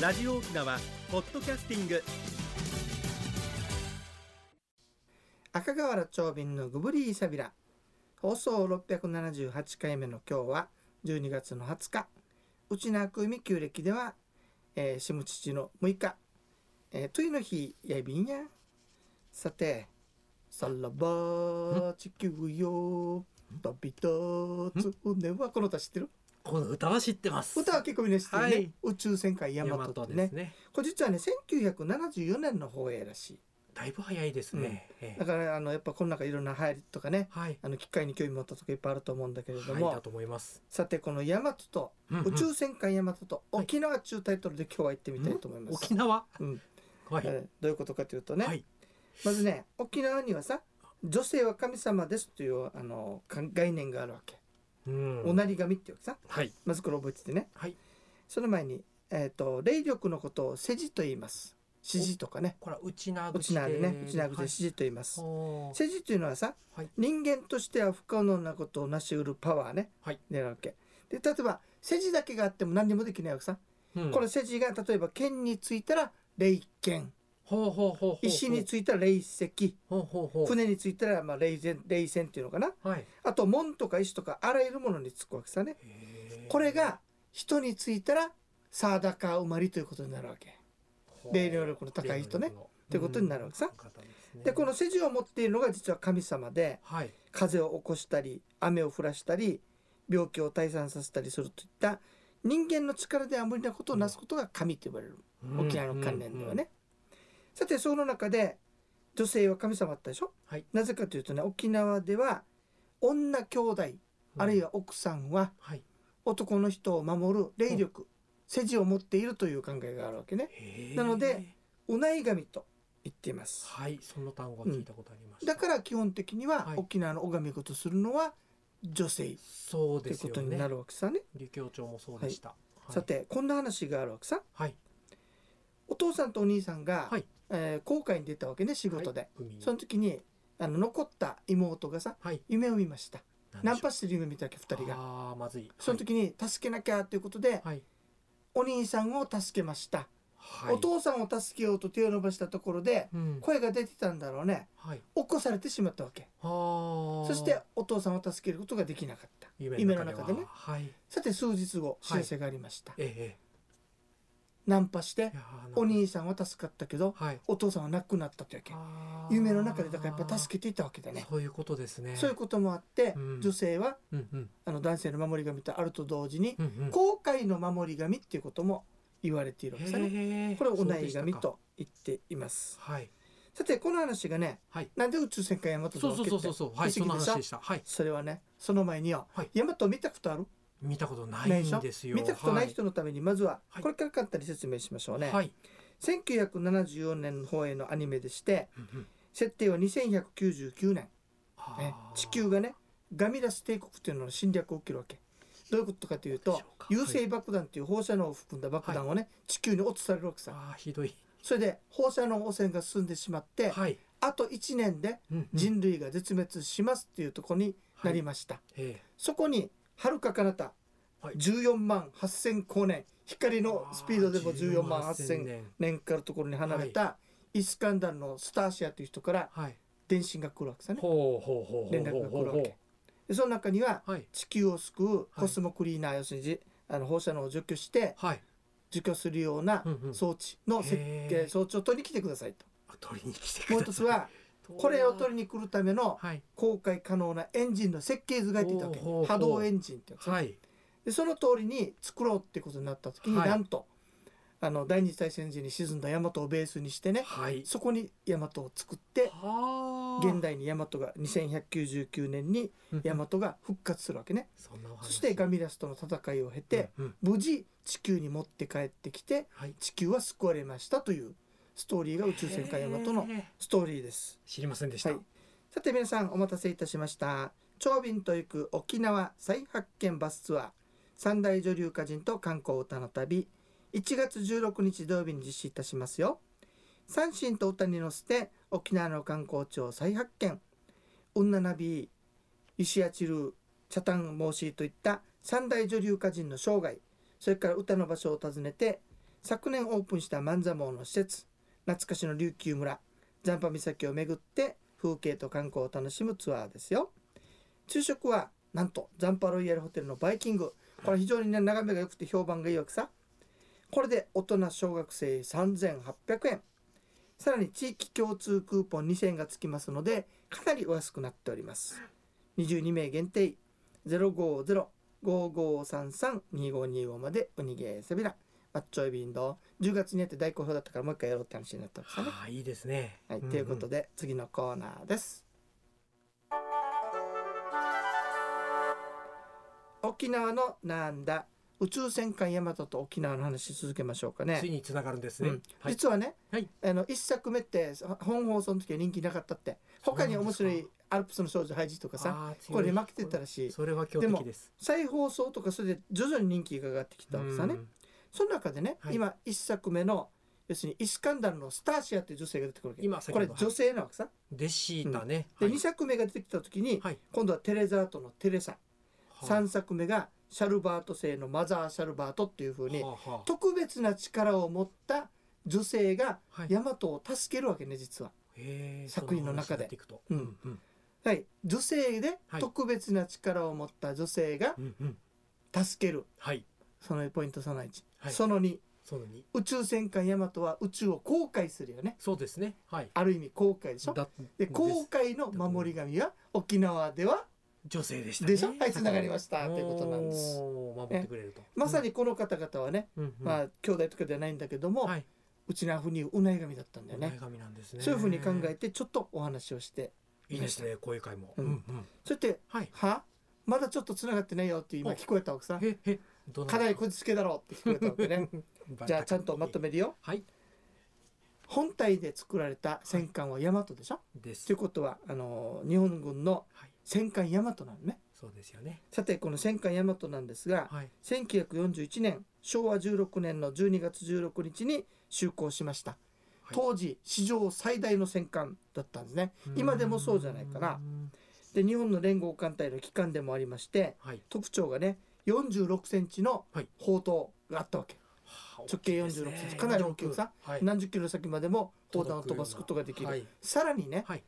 ラジオ沖縄ポッドキャスティング赤瓦長瓶のグブリーサビラ放送678回目の今日は12月の20日内なく海旧暦では、えー、下父の6日、えー、といの日やいびんやさてさらば地球よ飛び立つ船はこの歌知ってるこの歌は知ってます。歌は結構みんな知ってるね、はい宇宙戦艦ヤ大マト和ってでねすね。これ実はね1974年の放映らしいだいぶ早いですね。ええだからあのやっぱこの中いろんな流行りとかねはい。あの機械に興味持ったとかいっぱいあると思うんだけれどはいも、だと思います。さてこの大和とうんうん宇宙戦艦大和とはい沖縄中タイトルで今日は行ってみたいと思います沖、縄。うんはい。えーどういうことかというとね、はい。まずね沖縄にはさ女性は神様ですというあのか概念があるわけ、うんおなり神っていうわけさはい。まずこれ覚えててねはい。その前に、えー、と霊力のことを世辞と言います世辞とかねこれは内縄口内縄でね内縄口で世し。辞と言います、ほう世辞というのはさ、はい人間としては不可能なことを成し得るパワーね、はい狙うわけで例えば世辞だけがあっても何にもできないわけさ、うんこの世辞が例えば剣についたら霊剣ほうほうほうほうほう。石についたら霊石ほうほうほう。船についたらまあ霊船霊船っていうのかなはい。あと門とか石とかあらゆるものにつくわけさねへえこれ。が人についたらサーダカ埋まりということになるわけほう霊能力の高い人ね。ってことになるわけさうん高かったですねでこの。世辞を持っているのが実は神様で、はい。風邪を起こしたり雨を降らしたり病気を退散させたりするといった人間の力では無理なことをなすことが神と呼ばれる、沖縄の関連ではね、うん。うんさてその中で女性は神様だったでしょ、はいなぜかというとね沖縄では女兄弟あるい。は奥さんははい。男の人を守る霊力、世辞を持っているという考えがあるわけねへえなので。うない神と言っていますはい。その単語は聞いたことありました。だから基本的にははい沖縄の拝み事するのは女性そうといでうすこよとにねな。るわけさね李強長もそうでした。はいさ。てこんな話があるわけさはい。お父さんとお兄さんが、はいえー航海に出たわけね仕事で、海その時にあの残った妹がさはい。夢を見ましたナンパししてる夢見たわけ2人がああ、まずい。その時に助けなきゃということで、はい。お兄さんを助けました、はい。お父さんを助けようと手を伸ばしたところでうん。声が出てたんだろうねはい。起こされてしまったわけあーそして、お父さんを助けることができなかった夢の中でねははい。さて数日後知らせがありました、えナンパしてえ。いやーなんかお兄さんは助かったけどはい。お父さんは亡くなったというわけあー夢の中でだからやっぱ助けていたわけだねそういうことですね。そういうこともあって、うん女性はうんうん。あの男性の守り神とあると同時に、うんうん。後悔の守り神っていうことも言われているわけですねへーこれをおない神。そうでと言っていますしたかはい。さてこの話がね、はいなんで宇宙戦艦ヤマトだそわうけそっうてそうそうそう。はい。不そ思の議でしょ話でした。はい。それはねその前によ、はいヤマト見たことある見たことないんですよ。見たことない人のためにまずは、はいこれから簡単に説明しましょうね、はい。 1974年の放映のアニメでしてうんうん設定は2199年あねー地球がねガミラス帝国というのの侵略を受けるわけどういうことかというどうでとしょうか優勢爆弾という放射能を含んだ爆弾をね、地球に落とされるわけさあーひどい。それで放射能汚染が進んでしまって、はい。あと1年でうんうん人類が絶滅しますっていうところになりました、えそこに遥か彼方はい14万8,000光年光えのスピードでも14万あー8,000年。年かかるところに離れた、イスカンダルのスターシアという人からはい。電信が来るわけさねほうほうほうほう連絡が来るわほうけでその中にはほうはい地球を救うコスモクリーナー、要するにじあの放射能を除去してはい除去するようなうんうん装置の設計、へー装置を取りに来てくださいと取りに来てくださいもう一つ はこれを取りりに来るためのはい公開可能なエンジンの設計図が出てたわけほうほうほう波動エンジンってやつ、はいでその通りに作ろうってことになった時に、はいなんとあの第二次大戦時に沈んだ大和をベースにしてねはいそこに大和を作ってはあ現代に大和が2199年にうん大和が復活するわけねそんなお話そしてガミラスとの戦いを経て、うんうん無事地球に持って帰ってきてはい地球は救われましたというストーリーが宇宙戦艦ヤマトのへえストーリーです。知りませんでしはたい、さて皆さんお待たせいたしました長瓶と行く沖縄再発見バスツアー三大女流歌人と観光歌の旅1月16日土曜日に実施いたしますよ三振と歌に乗せて沖縄の観光地を再発見ウンナナビー石屋チルーチャタンモーシーといった三大女流歌人の生涯それから歌の場所を訪ねて昨年オープンした万座網の施設懐かしの琉球村残波岬を巡って風景と観光を楽しむツアーですよ昼食はなんと残波ロイヤルホテルのバイキングこれ非常にね眺めが良くて評判がいいわけさこれで大人小学生3800円さらに地域共通クーポン2000円がつきますのでかなりお安くなっております22名限定050-5533-2525までおにげせびらマッチョイビンド10月にやって大好評だったからもう一回やろうって話になったんですよねああいいですね。はい、んんということで次のコーナーです。沖縄のなんだ宇宙戦艦ヤマトと沖縄の話続けましょうかねつい。に繋がるんですうね。んはい。実はね、はいあの一作目って本放送の時は人気なかったってそうな他んでにすか面白い「アルプスの少女ハイジ」とかさああこれ負けてたらしいそれは強敵です。再放送とかそれで徐々に人気が上がってきたんですよね。うんその中でね、はい今一作目の要するにイスカンダルのスターシアっていう女性が出てくるわけ今先こほどれ女性なわけさ。でしたね。で、はい2作目が出てきた時に、はい今度はテレザートのテレサ、は3作目がシャルバート製のマザー・シャルバートっていうふうあにはあはあ特別な力を持った女性がはいヤマトを助けるわけね実は。へえ作品の中そ話になでっていくとううんんうんはい、女性ではい特別な力を持った女性がうんうん助ける、はいそのポイントその1、はいその2そのに宇宙戦艦ヤマトは宇宙を航海するよねそうですねはいある意味航海でしょだでです航海の守り神は沖縄では女性でしたねでしょはい繋がりましたということなんですおー守ってくれるとまさにこの方々はねうんうんまあ兄弟とかではないんだけども、はいうちなふにうない神だったんだよお前ね神なんですねそういうふうに考えてちょっとお話をしていいですねこういう回もううんんうんそしてはい「はまだちょっとつながってないよ」って今お聞こえたわけさへへ「どんな課題こじつけだろ」って聞こえたわ けねじゃあちゃんとまとめるよはい本体で作られた戦艦は大和でしょですということはあのー日本軍のはい戦艦大和なのねそうですよねさてこの戦艦大和なんですがはい1941年昭和16年の12月16日に就航しました、い当時史上最大の戦艦だったんですね今でもそうじゃないかなうんで日本の連合艦隊の機関でもありましてはい特徴がね46センチのはい砲塔があったわけ、はあ直径大きいですね46センチかなり大きいさはい何十キロ先までも砲弾を届くような飛ばすことができる、はいさらにね、はい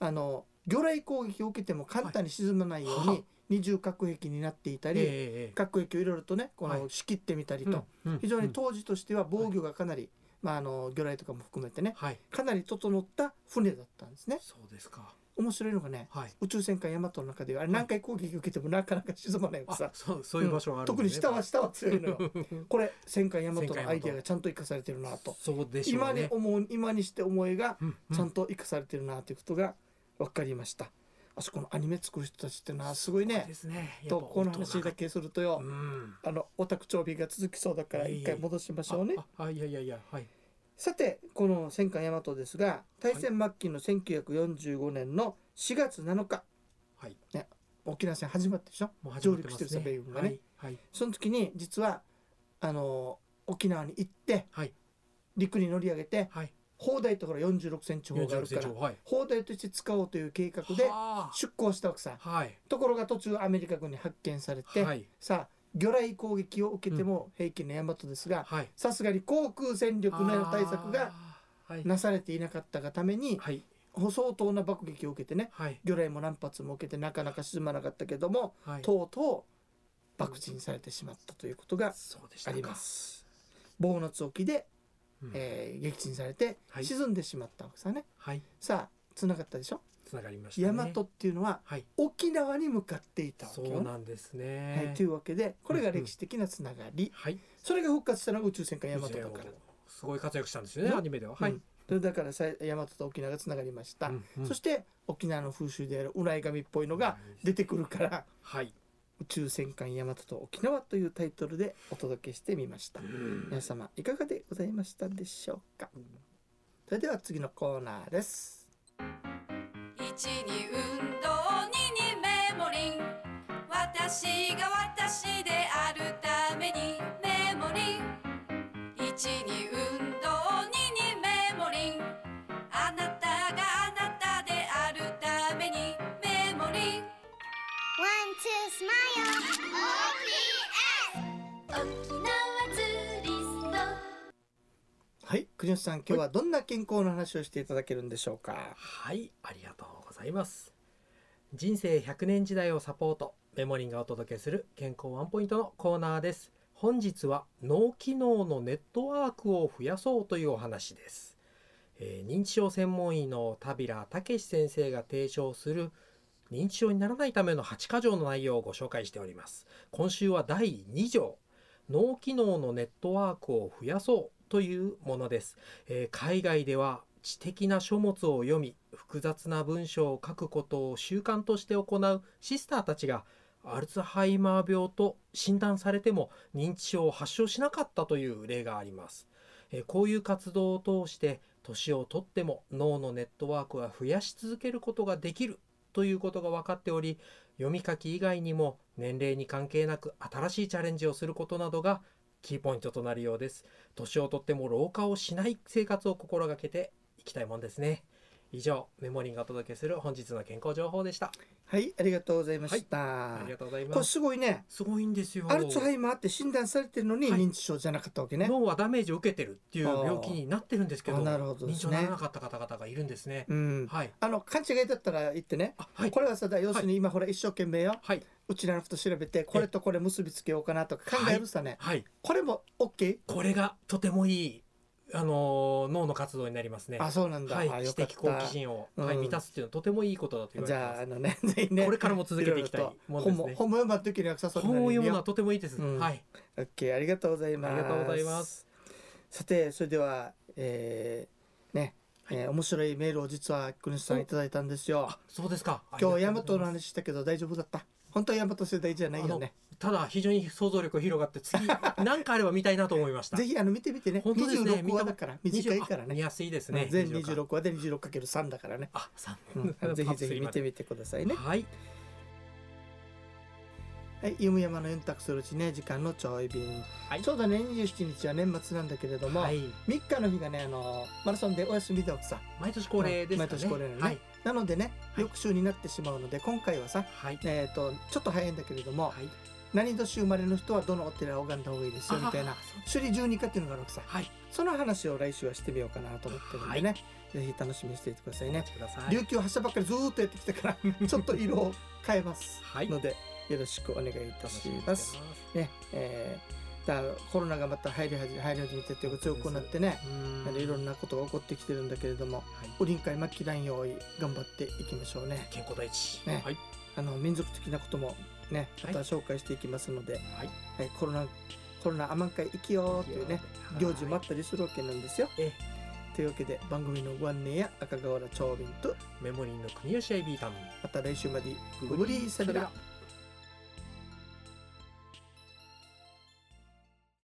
あの魚雷攻撃を受けても簡単に沈まないようはに二重隔壁になっていたえり、ええ隔壁をいろいろとねこはのい仕切ってみたりえと、うんうん非常うにん当時としては防御がかなり、まあ、あの魚雷とかも含めてねはいかなり整った船だったんですねそうですか面白いのがねはい宇宙戦艦ヤマトの中ではあれ何回攻撃受けてもなかなか沈まないわけあさそうそういう場所があるん特でにすね下は下は強 いのよこれ戦艦ヤマト戦艦の大和アイデアがちゃんと生かされてるなとそうでしょ今うにね思う今にして思いがうんうんちゃんと生かされてるなということが分かりましたあそこのアニメ作る人たちってのはすごいそうねですねとこの話だけけするとようんあのオタク長尾が続きそうだから一回戻しましょうねあああいやいやいやはいさてこの戦艦大和ですが大戦末期の1945年の4月7日はい沖縄戦始まってでしょもう始まってま上陸してするさ米ね軍がはねいはいその時に実はあの沖縄に行ってはい陸に乗り上げてはい砲台とほら46センチ砲がある46か成ら長はい砲台として使おうという計画ではあ出航したわけさはいところが途中アメリカ軍に発見されて、はいさあ魚雷攻撃を受けても平気の大和ですがはいさすがに航空戦力の対策があーはいなされていなかったがためにはい相当な爆撃を受けてねはい魚雷も何発も受けてなかなか沈まなかったけども、はいとうとう爆沈されてしまったということがそうでしあたりかます。ボーナツ沖で、うんえー撃沈されてはい沈んでしまったわけさね。はいさあつながったでしょ、つながりました大ね和っていうのははい沖縄に向かっていたわけそようね。なんですはい、ねというわけでこれが歴史的なつながり、はいそれが復活したのが宇宙戦艦ヤマトだいかずられも。すごい活躍したんですよねねアニメでははういんそれだからさ大和と沖縄がつながりました、うんうんそして沖縄の風習であるうらい神っぽいのが出てくるからはい「宇宙戦艦ヤマトと沖縄」というタイトルでお届けしてみました皆様いかがでございましたでしょうかそれでは次のコーナーです一に運動二にメモリン私が私であるためにメモリン一に運動二にメモリンあなたがあなたであるためにメモリン One, two, smile. OPS! 沖縄ツーリストはい国吉さん今日はどんな健康の話をしていただけるんでしょうかはい、ありがとうございます。人生100年時代をサポート、メモリンがお届けする健康ワンポイントのコーナーです。本日は脳機能のネットワークを増やそうというお話です。えー認知症専門医の田平武先生が提唱する認知症にならないための8か条の内容をご紹介しております。今週は第2条、脳機能のネットワークを増やそうというものです。えー海外では知的な書物を読み複雑な文章を書くことを習慣として行うシスターたちがアルツハイマー病と診断されても認知症を発症しなかったという例があります。えーこういう活動を通して年をとっても脳のネットワークは増やし続けることができるということが分かっており読み書き以外にも年齢に関係なく新しいチャレンジをすることなどがキーポイントとなるようです。年をとっても老化をしない生活を心がけていきたいもんですね以上メモリンがお届けする本日の健康情報でしたはいありがとうございました、ありがとうございこまれすすごいねすごいんですよアルツハイマーって診断されてるのにはい認知症じゃなかったわけね、脳はダメージを受けてるっていう病気になってるんですけどあーあなるほどですね認知症にならなかった方々がいるんですね、うんはいあの勘違いだったら言ってねあはいこれはさだ要するに今ほら一生懸命よ、はい、うちらのこと調べてこれとこれ結びつけようかなとか考えるさね、はい、これも OK? これがとてもいいあのー脳の活動になりますねあそうなんだ、はいあ、よ知かっ的好た奇心を、はい、うん満たすっていうのはとてもいいことだと言わじれてまゃあすあのね ぜひねこれからも続けていきたいもんですねいろいろと本も本も読まんときにはさそう本をに読むよのはとてもいいです、うんはい、オッケーありがとうございあますりがとうございますさてそれではえーね、えー面白いメールを実は国主さんいただいたんですよあそうですかありが今とうございます日ヤマトの話したけど大丈夫だった本当はヤマト世代じゃないよねただ非常に想像力が広がって 次何かあれば見たいなと思いましたぜひあの見てみてね本当ですね26話だから短いから見ねやすいですねうん全26 26話で 26×3 だからね、あ三 うん、ぜひぜひ見てみみてくださいねはいはい、ゆむやまの円卓するうちね時間のちょい便、はいちょうどね27日は年末なんだけれども、はい3日の日がねあのマラソンでお休みで奥さん毎年恒例ですかね毎年恒例のねはいなのでねはい翌週になってしまうので、今回はさはいえー、とちょっと早いんだけれども、はい何年生まれの人はどのお寺を拝んだ方がいいですよみたいなあそう首里十二課っていうのがあるわけさはいその話を来週はしてみようかなと思ってるんでね、ぜひ楽しみにしていてくださいね見てください琉球発車ばっかりずーっとやってきたか らちょっと色を変えますはいのでよろしくお願いいたしま楽すみにしてねえーだからコロナがまた入り始め入り始めてというか強くなってねますうーんあのいろんなことが起こってきてるんだけれどもはい五輪会末期乱用意頑張っていきましょうね健康第一ねはいあの民族的なこともねまた紹介していきますので、はいはい、コロナコロナ甘ん会行きよーというね行事もあったりするわけなんですよ。えというわけで番組のご案内や赤瓦長瓶とメモリーの国吉 IB タウンまた来週までグリーサビラ。